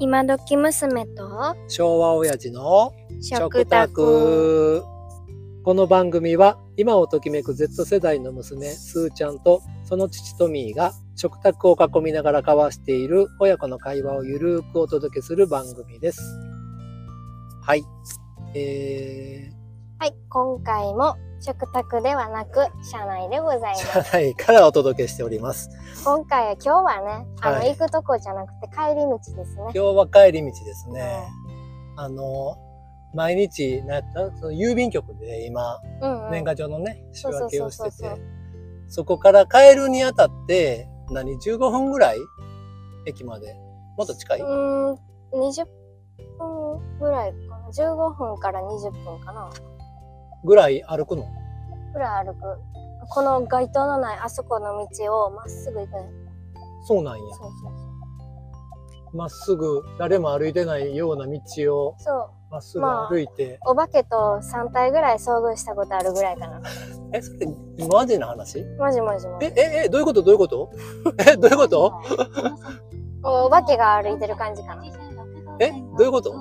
今時娘と昭和親父の食卓この番組は今をときめく Z 世代の娘すーちゃんとその父トミーが食卓を囲みながら交わしている親子の会話をゆるーくお届けする番組ですはいえはい今回も食卓ではなく車内でございまー、 す車内からお届けしております今回は今日はねあの、はい行くとこじゃなくて帰り道ですね今日は帰り道ですねあの毎日なんやったその郵便局で今うん、うん、年賀状のね仕そうそ分うそけをうしそうててそこから帰るにあたって何15分ぐらい駅までもっと近い、うーん20分ぐらいかな15分から20分かなぐらい歩くのぐらい歩くこの街灯のないあそこの道をまっすぐ行くねそうなんやそうそうまっすぐ誰も歩いてないような道をそうそうまっすぐ歩いて、お化けと3体ぐらい遭遇したことあるぐらいかなえそれマジな話マジマジマジえええどういうことどういうことえどういうことおお化けが歩いてる感じかなえどういうこと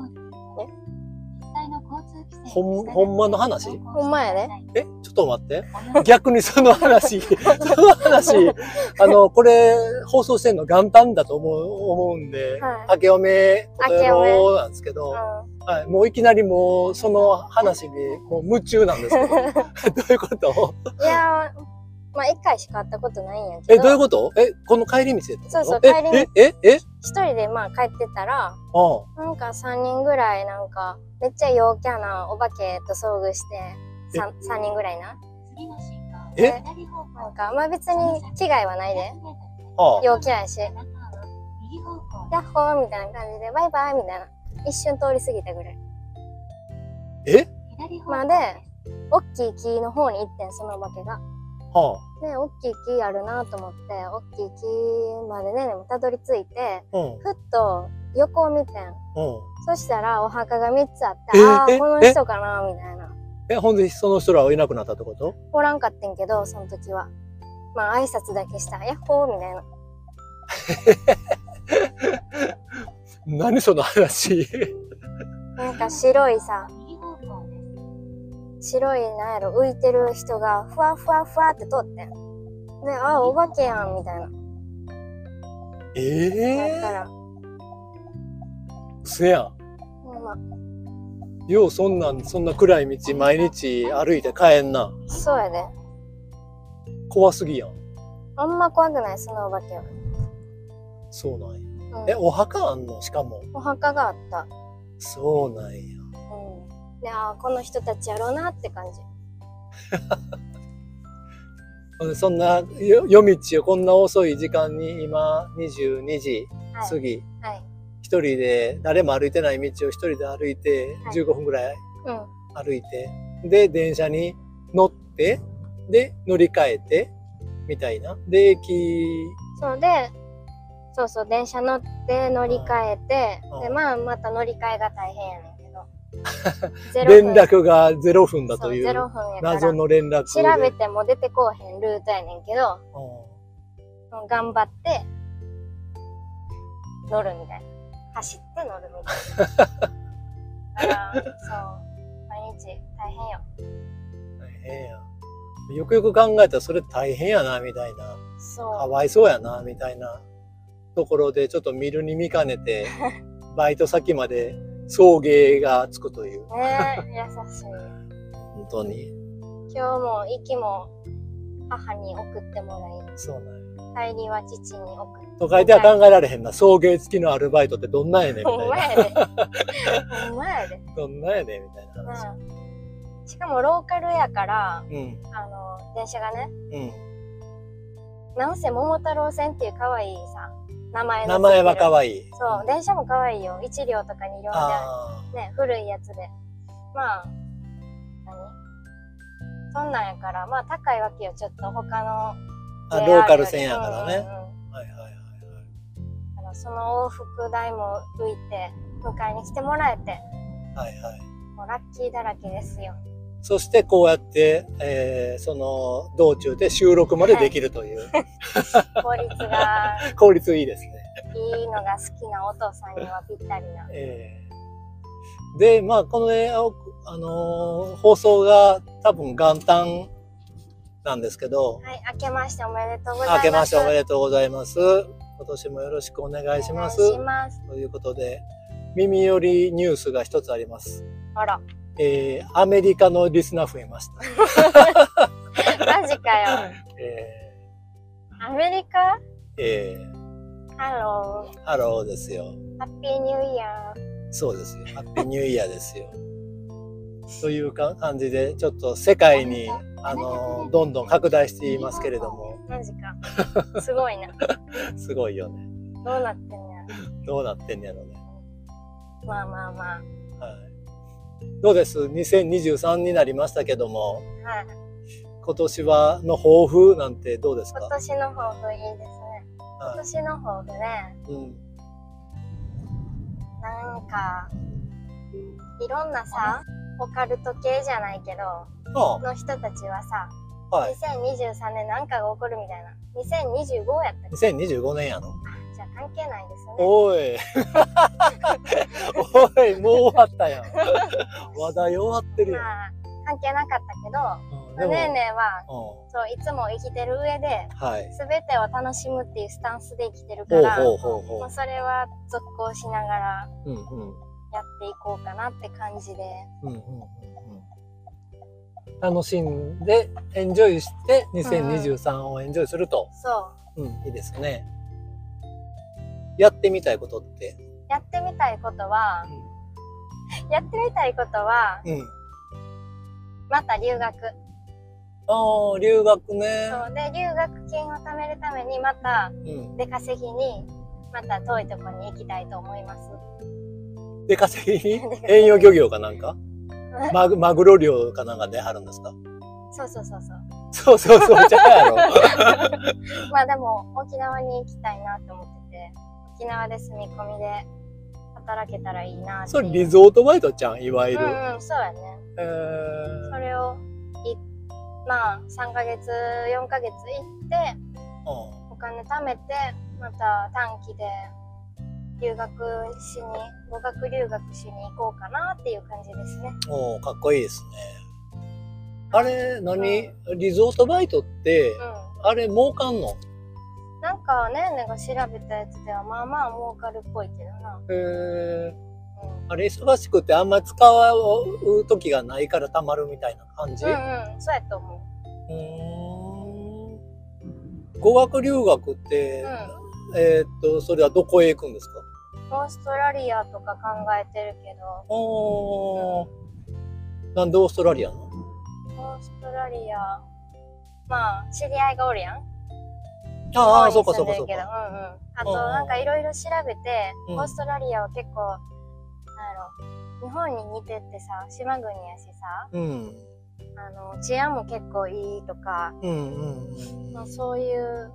えほんほんまの話ほんまやねえちょっと待って逆にそ の話その話あのこれ放送してんの元旦だと思う思うんで、はい明けおめお明けおめろなんですけど、うはい、もういきなりもうその話にもう夢中なんです けどどういうことんいやーまあ1回しか会ったことないんやけえどどういうことえこの帰り道でってことそうそうえ帰り道えええ一人でまあ帰ってたらあなんか3人ぐらいなんかめっちゃ陽キャなお化けと遭遇して 3, 三人ぐらいなえなんかまあ別に危害はないであああ陽キャやしヤッホーみたいな感じでバイバイみたいな一瞬通り過ぎたぐらいえまで大きい木の方に行ってんそのお化けがああで大きい木あるなと思って大きい木までねでもたどり着いてうんふっと横を見てんうんそしたらお墓が3つあって、えあえあこの人かなみたいなえほんでその人らはいなくなったってことおらんかってんけどその時はまあ挨拶だけしたヤッホーみたいな何その話なんか白いさ白いなんやろ浮いてる人がふわふわふわって通ってんでああお化けやんみたいなえだったえら、せやんまあようそんなんそんな暗い道毎日歩いて帰んなそうやで怖すぎやんあんま怖くないそのお化けは、そうなんやうんえお墓あんのしかもお墓があったそうなんやうん、であーこの人たちやろうなって感じほんでそんなよ夜道をこんな遅い時間に今22時はい過ぎはい一人で誰も歩いてない道を一人で歩いてはい15分ぐらいうん歩いてで電車に乗ってで乗り換えてみたいなで駅そうでそうそう電車乗って乗り換えてうんでまあまた乗り換えが大変やねんけど ゼロ連分絡が0分だそとういゼロう分やから謎の連絡で調べても出てこうへんルートやねんけどうもう頑張って乗るみたいな走って乗るみ たいなだからそう毎日大変よん大変やよくよく考えたらそれ大変やなみたいなかそうわいそうやなみたいなところでちょっと見るに見かねて バイト先まで送迎がつくというねえ優しい本当に今日も息も母に送ってもそうなんやらい帰りは父に送って都会では考えられへんな送迎付きのアルバイトってどんなんやねんみほんまたいやでほんまやで、などんなんやねんみたいな話うん、しかもローカルやからうんあの電車がねうんなんせ桃太郎線っていう可愛いさ名前の名前は可可愛い愛いそう電車も可愛いよ1両とか2両であね古いやつでまあ何そんなんやからまあ高いわけよちょっと他のーあ JR ローカル線やからね、よりうんうんうんはいはいはいはいだからその往復代も浮いて迎えに来てもらえてはいはい。もうラッキーだらけですよそしてこうやって、えーその道中で収録までできるという、効率が 効率いいですね。いいのが好きなお父さんにはぴったりな。ええで、まあ、このね、青くあのー放送が多分元旦なんですけど、はい、明けましておめでとうございます。明けましておめででとうございます。今年もよろしくお願いします。お願いします。ということで、耳寄りニュースが一つあります。あら、えーアメリカのリスナー増えました。マジかよ。えアメリカーえーハロー。ハローですよ。ハッピーニューイヤー。そうですよ。ハッピーニューイヤーですよ。というか感じで、ちょっと世界に、あのーどんどん拡大していますけれども、マジか。すごいな。すごいよね。どうなってんのやどうなってんやろね。ろまあまあまあ。はい。どうです ?2023 になりましたけども、はい。今年はの抱負なんてどうです今か、年の抱負いいですね。今は年の抱負ね、いうん、なんか、いろんなさ、オカルト系じゃないけど、あの人たちはさ、あはい。 2023年なんかが起こるみたいな。2025やったっけ2025年やの。じゃあ関係ないですよね。おい。 おい、もう終わったやん。話題終わってるやん。まあ、関係なかったけど、うん、ねえねえは、も、そう、いつも生きてる上で、うん、はい。全てを楽しむっていうスタンスで生きてるかほうら、ほうほうほまあ、それは続行しながらう。うんうん。やっていこうかなって感じで、うんうんうんうん。楽しんで、エンジョイして、2023をエンジョイすると。そう。うん、いいですね。やってみたいことって。やってみたいことは、やってみたいことは、うん。また留学。ああ、留学ね。そうで、留学金を貯めるために、またうん。出稼ぎに、また遠いところに行きたいと思います。で、稼ぎ遠洋漁業かなん かマグマグロ漁かなんかであるんですか そうそうそうそう。そうそうそう、じゃあやろ。 まあでも、沖縄に行きたいなって思ってて、沖縄で住み込みで働けたらいいなってそいれう。リゾートバイトじゃん、いわゆる。うんうん、そうやね。えそれを、いまあ、3ヶ月、4ヶ月行って、ーお金貯めてまた短期で留学しに語学留学しに行こうかなっていう感じですねうん、おーかっこいいですね。あれ、何、リゾートバイトって、うあれ、儲かんのんなんかねねが調べたやつではまあまあ儲かるっぽいけどな、えーうん、うんあれ、忙しくてあんま使う時がないからたまるみたいな感じ、ううんそうやと思ーん語学留学って、えーっと、それはどこへ行くんですかうオーストラリアとか考えてるけどおーなんでオーストラリアなのオーストラリアまあ知り合いがおるやんああ、日そうか本そに住うでるんかそうけどか。うんうんあうとんなんかいろいろ調べて、うんオーストラリアは結構なんやろ日本に似てってさ島国やしさうん。あの治安も結構いいとか、うんうんまあ、そういう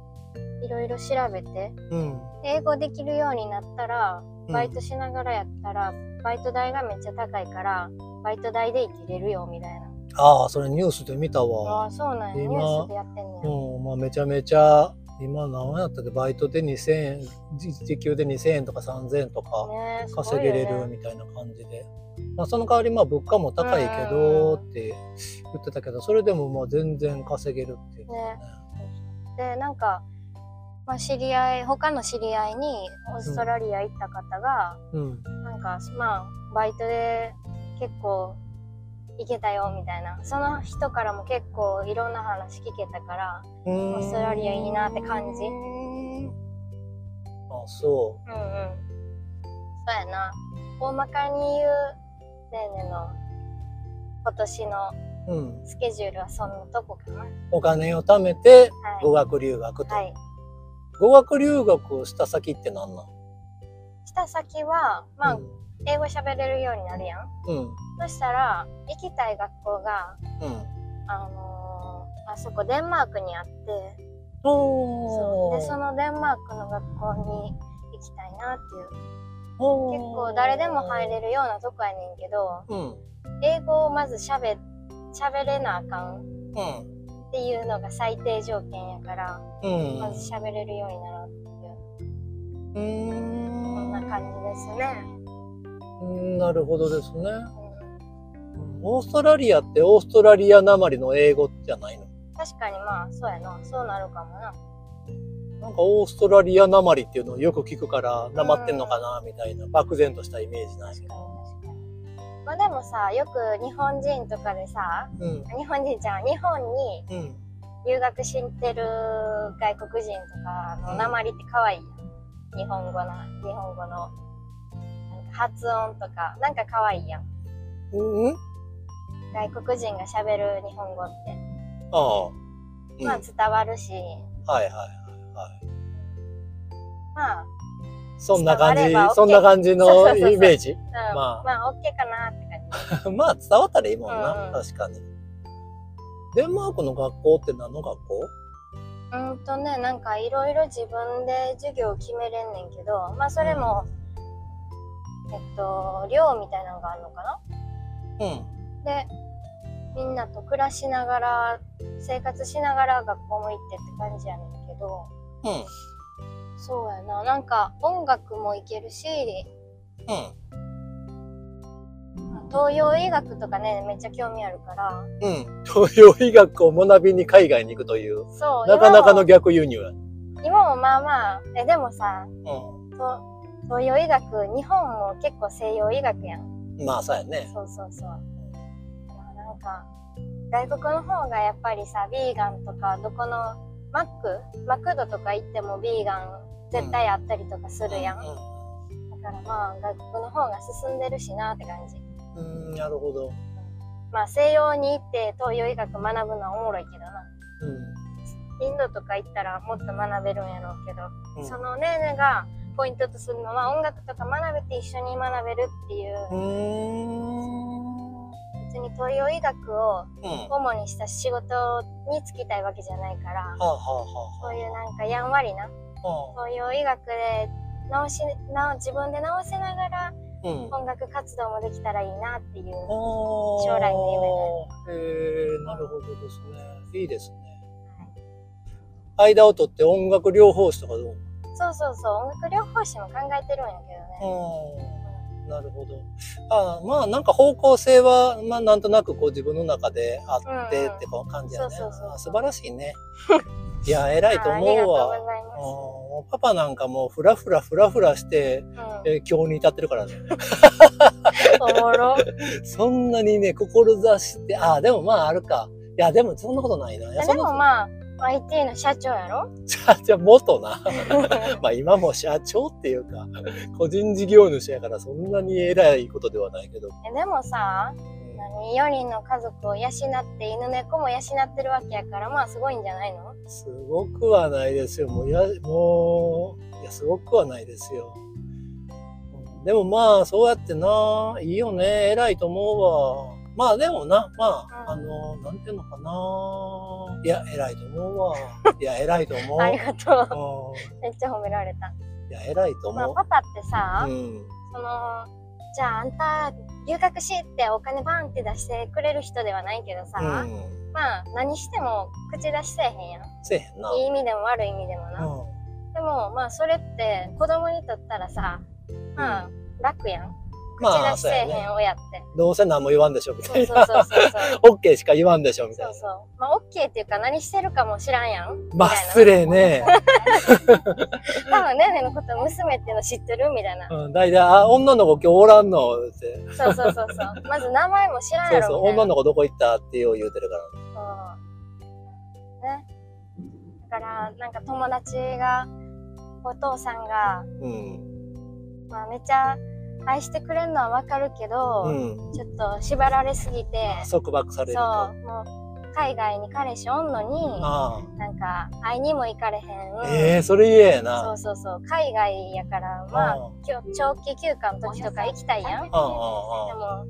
いろいろ調べてうん英語できるようになったらうんバイトしながらやったら、バイト代がめっちゃ高いからバイト代で生きれるよみたいなああそれニュースで見たあわあそうなんやニ今ュースでやってんねうや、んまあめちゃめちゃ今何やったっけバイトで2000円時時給で2000円とか3000円とかねえすごいよ稼げれるねみたいな感じで、まあその代わりまあ物価も高いけどうんって言ってたけどそれでもまあ全然稼げるっていうねねでなんか、まあ、知り合い他の知り合いにオーストラリア行った方が、うんなんかまあバイトで結構行けたよみたいなその人からも結構いろんな話聞けたからオーストラリアいいなって感じあそうんうんそうやな大まかに言うねえねえの今年のう、うん、スケジュールはそんなとこかなはお金を貯めてい、語学留学と、はい、語学留学をした先って何なんした先はまあ、うん英語喋れるようになるやんうんそしたら行きたい学校がうんあのーあそこデンマークにあってそうおでそのデンマークの学校に行きたいなっていう結構構誰でも入れるようなとこやねんけどうん英語をまずしゃべしゃべれなあかんうんっていうのが最低条件やからうんまずしゃべれるようになろうっていううーんこんな感じですね。うんなるほどですね。うんオーストラリアってオーストラリアなまりの英語じゃないの確かにまあそうやなそうなるかもななんかオーストラリアなまりっていうのをよく聞くから、なまってんのかなみたいな、漠然としたイメージなんや確けかど。に確かにまあでもさよく日本人とかでさうん。日本人じゃん日本にうん。留学してる外国人とかの訛りって可愛いやん日本語な日本語のなんか発音とかなんか可愛いやんうん外国人がしゃべる日本語って、ああ。うん。まはあい伝わるしはいはいはい。まあそんな感伝わじれば、OK そんな感じそうそのうそうそうイメージ。 うんまあまあ OK かなって感じまあ伝わったらいいもんうな、ん確かに。デンマークの学校って何の学校うんとねなんかいろいろ自分で授業を決めれんねんけどまあそれも、えっと寮みたいなのがあるのかなうん。でみんなと暮らしながら生活しながら学校も行ってって感じやねんけどうん。そうやななんか音楽もいけるし東洋医学とかねめっちゃ興味あるからうん。うん。 東洋医学を学びに海外に行くという、そうなかなかの今も逆輸入や。うん。今もまあまあえでもさと東洋医学日本も結構西洋医学やんまあ、そうやね。そうそうそうなんか外国の方がやっぱりさビーガンとかどこのマックマクドとか行ってもビーガン絶対あったりとかするやん、だからまあ外国の方が進んでるしなって感じうん。うん、なるほど。まあ西洋に行って東洋医学学ぶのはおもろいけどなうインドとか行ったらもっと学べるんやろうけど、ん。そのねねがポイントとするのは音楽とか学べて一緒に学べるっていう、うん。別に東洋医学をうん。は主にした仕事に就きたいわけじゃないからあ、はあはそういうなんかやんわりなあは東洋医学で直し直自分で直せながらあ。うん。音楽活動もできたらいいなっていうあ ー将来のへえ、なるほどですね。いいですね。間を取って音楽療法士とかどうそうそうそう音楽療法士も考えてるんやけどね、うんなるほど。あーまあなんか方向性は、まあ、なんとなくこう自分の中であってってこう感じやね。そうそうそうあー素晴らし いね。いや偉いとあありがと思ううわ。ございうんまもうパパなんかもうフラフラフラフラして、す、えー今日に至ってるからね。 うん、おもろそんなにね志してああでもまああるか。いやでもそんなことないな。いやでそんなもまあ IT の社長やろ じゃあじゃあ元な。 まあ今も社長っていうか個人事業主やからそんなに偉いことではないけど。えでもさうん何4人の家族を養って犬猫も養ってるわけやからまあすごいんじゃないのすごくはないですよ。もう、いや、もう、いや、すごくはないですよ。うんでもまあ、そうやってな、いいよね、偉いと思うわ。まあでもな、まあ、あうの、なんていうのかな。いや、偉いと思う わ。いや、偉いと思う。ありがとううめっちゃ褒められた、んいや、偉いとまあ、思パパってさ、う。うん。そのじゃああんた留学しってお金バンって出してくれる人ではないけどうさ、ん。まあ何しても口出しせえへんやんせえへんな。いい意味でも悪い意味でもな、でもまあそれって子供にとったらさまあ楽やん口まあ出しせえへそうやねん親 って、どうせ何も言わんでしょ、みたそういそうな。 そうそうそうオッケーしか言わんでしょ、みたいそうそな。うまあオッケーっていうか何してるかも知らんやんみたいまなあ、失礼ね。多分ねねのこと娘っていうの知ってるみたいなうん、大体、あ、女の子今日おらんの、って。そうそうそうそうまず名前も知らんそやうそろう、みたいな女の子どこ行ったってよう言うてるから。そうね。だから、なんか友達が、お父さんが、うん。まあ、めっちゃ愛してくれるのはわかるけど、うん。ちょっと縛られすぎて、束縛されそう、ると。あもう、海外に彼氏おんのあ。に、なんか、会いにも行かれへん。ええそれ言えやそな。うそうそう、海外やから、まあ、うんきょ長期休暇の時とか行きたいやん。でああああも、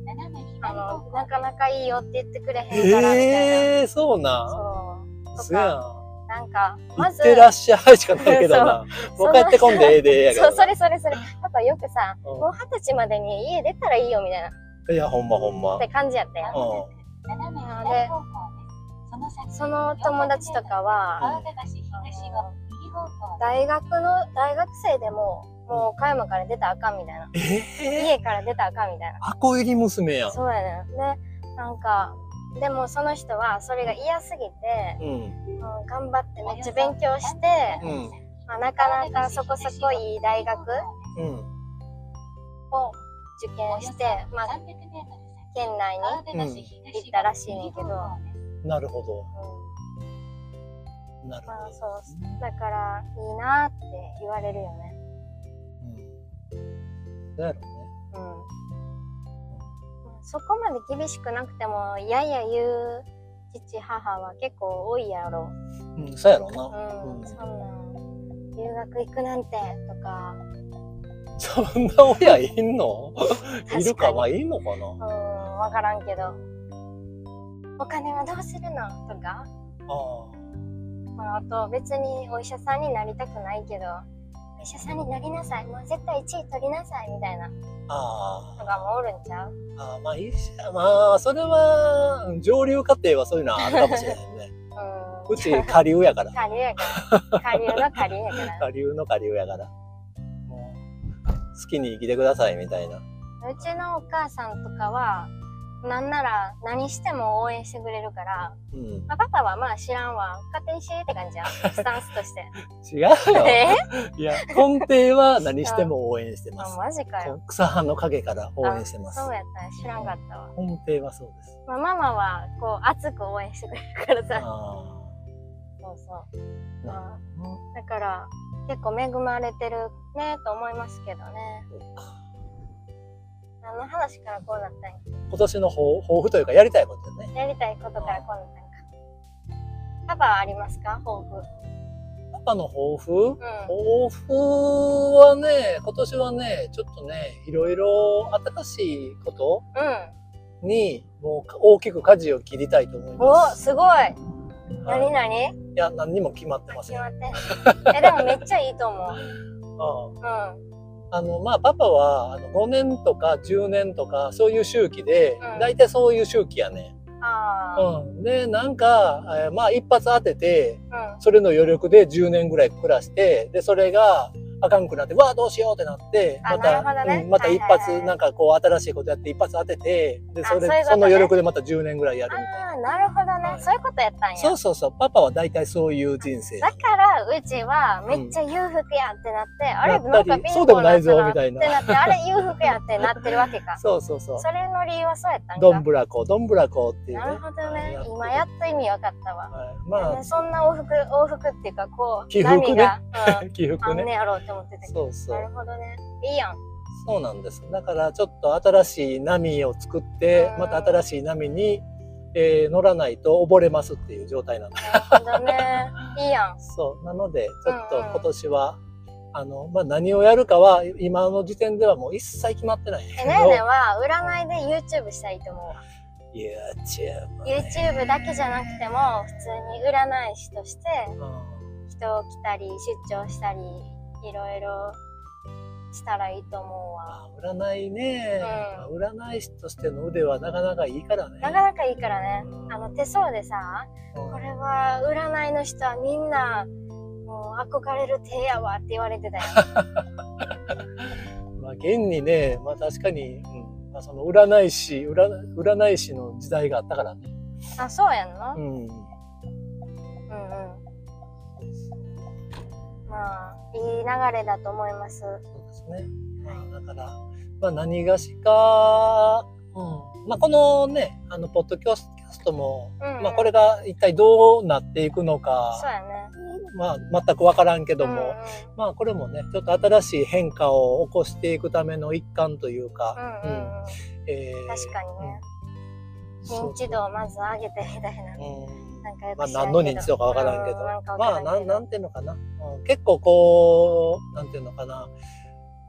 あの、なかなかいいよって言ってくれへんから、みたいな。ええそうなそん。う。そやん。ん。なんか、行まっず、てらっしゃいしかないけどな。もう帰ってこんでええでええやけそどう、それそれそれ。パパよくさ、うんもう二十歳までに家出たらいいよみたいな、な。いや、ほんまほんま。っうて感じやったよ。ん。なので、その友達とかは、青手橋東後右方向大学の、大学生でも、もう岡山から出たらあかんみたいなええ家から出たらあかんみたいな箱入り娘やん。そうやねんでなんかでもその人はそれが嫌すぎて、うん。うん、頑張ってめっちゃ勉強して、うん。まあ、なかなかそこそこいい大学うん。を受験して、まあ、県内に、行ったらしいねんけどなるほど。うんなるまあほど。そうだからいいなって言われるよねうん。だよね。うんまあそこまで厳しくなくてもいやいや言う父母は結構多いやろうん、そうやろう、うな。んうんそんなん留学行くなんてとかそんな親いんのいる確かかまあにいいのかうなん分からんけどお金はどうするのとか、あまあ、あと別にお医者さんになりたくないけどお医者さんになりなさいもう絶対1位取りなさいみたいなあ。あとあ。かもおるんちゃうああまあいいし、まあ、それは、うん上流家庭はそういうのはあるかもしれない ね。うんうち 下流やから。下流やから。下流の下流やから。下流の下流やから。もう、好きに生きてくださいみたいな。うちのお母さんとかは、なんなら何しても応援してくれるから、うん。まあ、パパはまあ知らんわ。勝手にしてって感 じやん。スタンスとして。違うよ。えいや、根底は何しても応援してまあす。マジかよ。草葉の陰から応援してますあ。そうやったら知らんかったわ。根底はそうです。まあ、ママはこう熱く応援してくれるからさ。あそうそう。なまあ、だから結構恵まれてるねと思いますけどね。あ。何の話からこうなったんや。今年の抱抱負というか、やりたいことよね。やりたいことからこうなったんか。パパはありますか抱負。パパの抱負う抱負はね、今年はね、ちょっとね、いろいろ新しいことん。うん。に、もう大きく舵を切りたいと思いまお、す。すごい。は何い、何？いや、何にも決まってま決せん。まってん。え、でもめっちゃいいと思う。うんうん。あのまあ、パパはあの5年とか10年とかそういう周期で、うん大体そういう周期やね、ああ。うん、でなんか、えーまあ一発当ててうん。それの余力で10年ぐらい暮らしてでそれがあかんくなってわあどうしようってなってあまたなるほどねうんまた一発、はいはいはいなんかこう新しいことやって一発当ててであそそういうことれねその余力でまた10年ぐらいやるみたいなああ、なるほどね。そういうことやったんや。そうそうそうパパは大体そういう人生だからうちはめっちゃ裕福やってなって、あれなったりなんか貧そうでも乏なないったぞなみったていななって、あれ裕福やってなってるわけか。 そうそうそうそれの理由はそうやったんどんか。ぶらこどんぶらこっていうねなるほどねやっ。て今やっと意味わかったわ。はいまあそんな往復往復っていうかこう起伏ね波が、うん、起あ伏んねねやろうって思ってたけど。そうそなうるほどね。いいやん。そうなんです。だからちょっと新しい波を作ってう、んまた新しい波に、えー乗らないと溺れますっていう状態なんでなるほどね。いいやん。す。そう。なので、ちょっとうんうん今年は、あの、まあ、何をやるかは、今の時点ではもう一切決まってないんやけえど。ねえねえは占いで YouTube したいと思うわ YouTube ね。 YouTube だけじゃなくても普通に占い師としてうん人を来たり出張したりいろいろしたらいいと思うわあ占いね、うまあ占い師としての腕はなかなかいいからね。なかなかいいからねあの手相でさうんこれは占いの人はみんなもう憧れる手やわって言われてた よまあ、現にね、まあ、確かに、うんまあ、その占い師占占い師の時代があったからね、あそうやんの、ううん、んうんまあいい流れだと思いますそうですね、まあ、だから、まあ、何がしか、うんまあ、このねあのポッドキャストも、うんうんまあ、これが一体どうなっていくのそうか、やねまあ、全く分からんけども、うんうんまあ、これもねちょっと新しい変化を起こしていくための一環というか、うんうんうんうんえー確かにねうん認知度をまず上げてみたいな。うんなんかよまあ、く知らんけど何の認知とかわからんけど、うんなんかわまかあらなんけんなどんていうのかな、うん結構こうなんていうのかな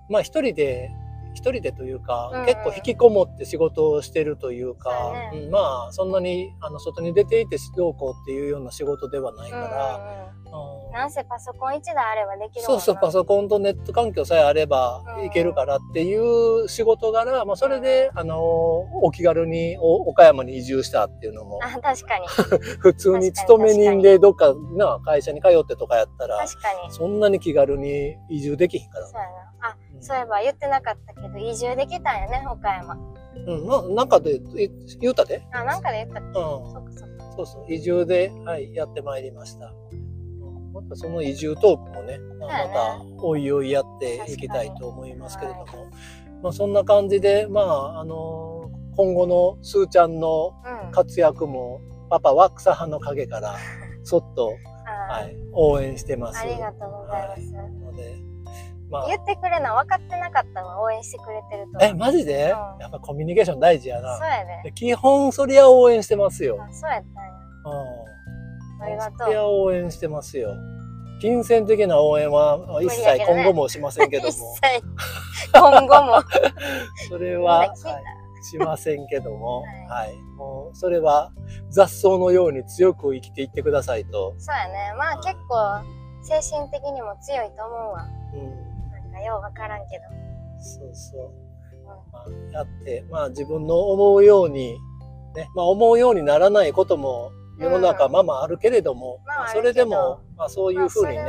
まあ一人で一人でというか、うんうん結構引きこもって仕事をしてるというかそうやねうんまあそんなにあの外に出ていてどうこうっていうような仕事ではないから、うんうんうんうんなんせパソコン1台あればできるもそんうなそう、パソコンとネット環境さえあればうんいけるからっていう仕事柄、まあ、それで、あのーお気軽にお岡山に移住したっていうのも、あ確かに普通に勤め人でどっかな、会社に通ってとかやったら、確かにそんなに気軽に移住できひんからそう。やなあうんそういえば言ってなかったけど移住できたんやね岡山うん、ななんかでい言うたで、あなんかで言ったっうん、けそそうかそうかうそう移住で、はい、やってまいりましたうんまたその移住トークもねまそうあまやたねおいおいやっていきたいと思いますけれども、まあ、そんな感じでまああの今後のすーちゃんのうん活躍もパパは草葉の陰からそっと、あ,、はい、応援してますありがとうございます、のでまあ言ってくれな分かってなかったわ応援してくれてるとはえマジでうんやっぱコミュニケーション大事やなそうやねで基本そりゃ応援してますよ。あそうやったんやうんありがそりとうゃ応援してますよ。金銭的な応援は一無理や切けどね今後もしませんけ ど一も、切今後もそれは、は聞いたい、しませんけども、 ははい、もうそれは雑草のように強く生きていってくださいと、そうやねまあ結構精神的にも強いと思うわうん、なんかよう分からんけどそうそううまあ、やって、まあ自分の思うように、ね、まあ思うようにならないことも世の中うんまあまああるけれども、まあまああそるけれでども、まあそういうふうにね、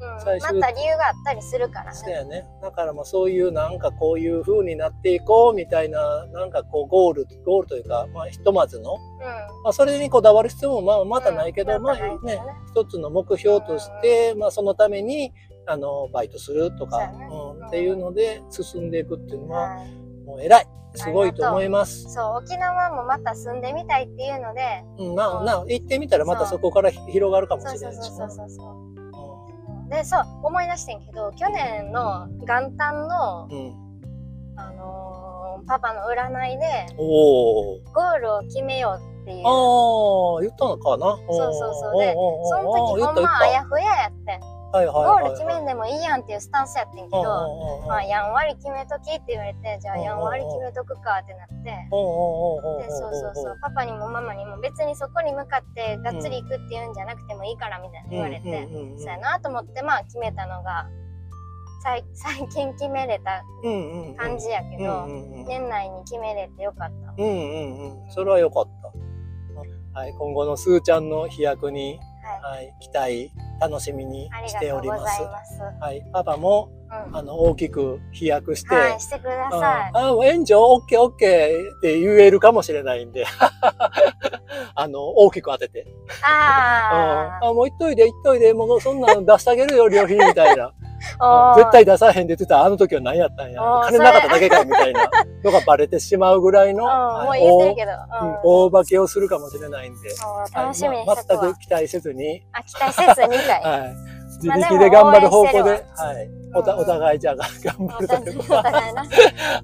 まあ、それは、最う終ん、また理由があったりするからそうねやね。だからまあそういうなんかこういう風になっていこうみたいな、なんかこうゴール、ゴールというか、まあひとまずの、うんまあそれにこだわる必要もまあまたないけど、うんまあまたないけどねね、一つの目標として、まあそのために、あの、バイトするとか、そうやねうんうんっていうので進んでいくっていうのは、はいもう偉いすごいと思います。そう沖縄もまた住んでみたいっていうのでうん、な、な、行ってみたらまたそこからひ広がるかもしそうれそなういしそうな。そうそうそううでそう思い出してんけど去年の元旦の、んうん。あのーパパの占いでおー。ゴールを決めようっていうそああ、言ったのかな。そうそうそうでその時ほんまあやふややってんはいはいゴはいール決めんでもいいやんっていうスタンスやってんけうんうんど、うんうんまあ、やんわり決めときって言われてじゃあうんうんうんやんわり決めとくかってなって。うんうんうんうんうんでそうそうそうパパにもママにも別にそこに向かってがっつり行くっていうんじゃなくてもいいからみたいな言われて、うんうんうんそうやなと思ってまあ決めたのが最 最近決めれたうんうんうん感じやけど、うんうんうん年内に決めれてよかったうんうんうんそれは良かったはい今後のすーちゃんの飛躍にははい期待楽しみにいしありてがおとうりごまざすいますはいパパもうんあの大きく飛躍してはいしてくだうんさい、あ、援助、オッケーオッケーって言えるかもしれないんで、 あの、大きく当てて。あああ、もう行っといで行っといで、もうそんなの出してあげるよ、料品みたいな。あ絶対出さへんでって言ったら、あの時は何やったんや。おー金なかっただけかよみたいなのがバレてしまうぐらいの、もうはい言ってるけど、大うんうん大化けをするかもしれないんで、もうはい楽しみにましあとくわ、全く期待せずに、あ期待せず2回 はい、自まあ力で頑張る方向で、でも応援してはい、おたうんお互いじゃあ頑張おると互いいうおことで、互いな、は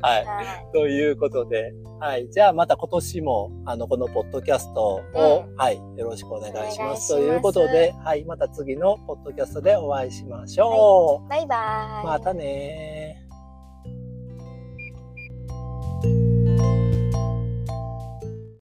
はい。い、ということで、はい、じゃあまた今年もあのこのポッドキャストを、はい、よろしくお願いおし願まいしますすということで、はい、また次のポッドキャストでお会いしましょう。バイバーイまたねー